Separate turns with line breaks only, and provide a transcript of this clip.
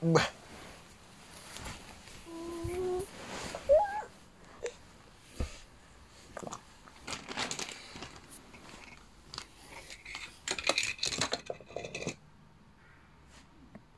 不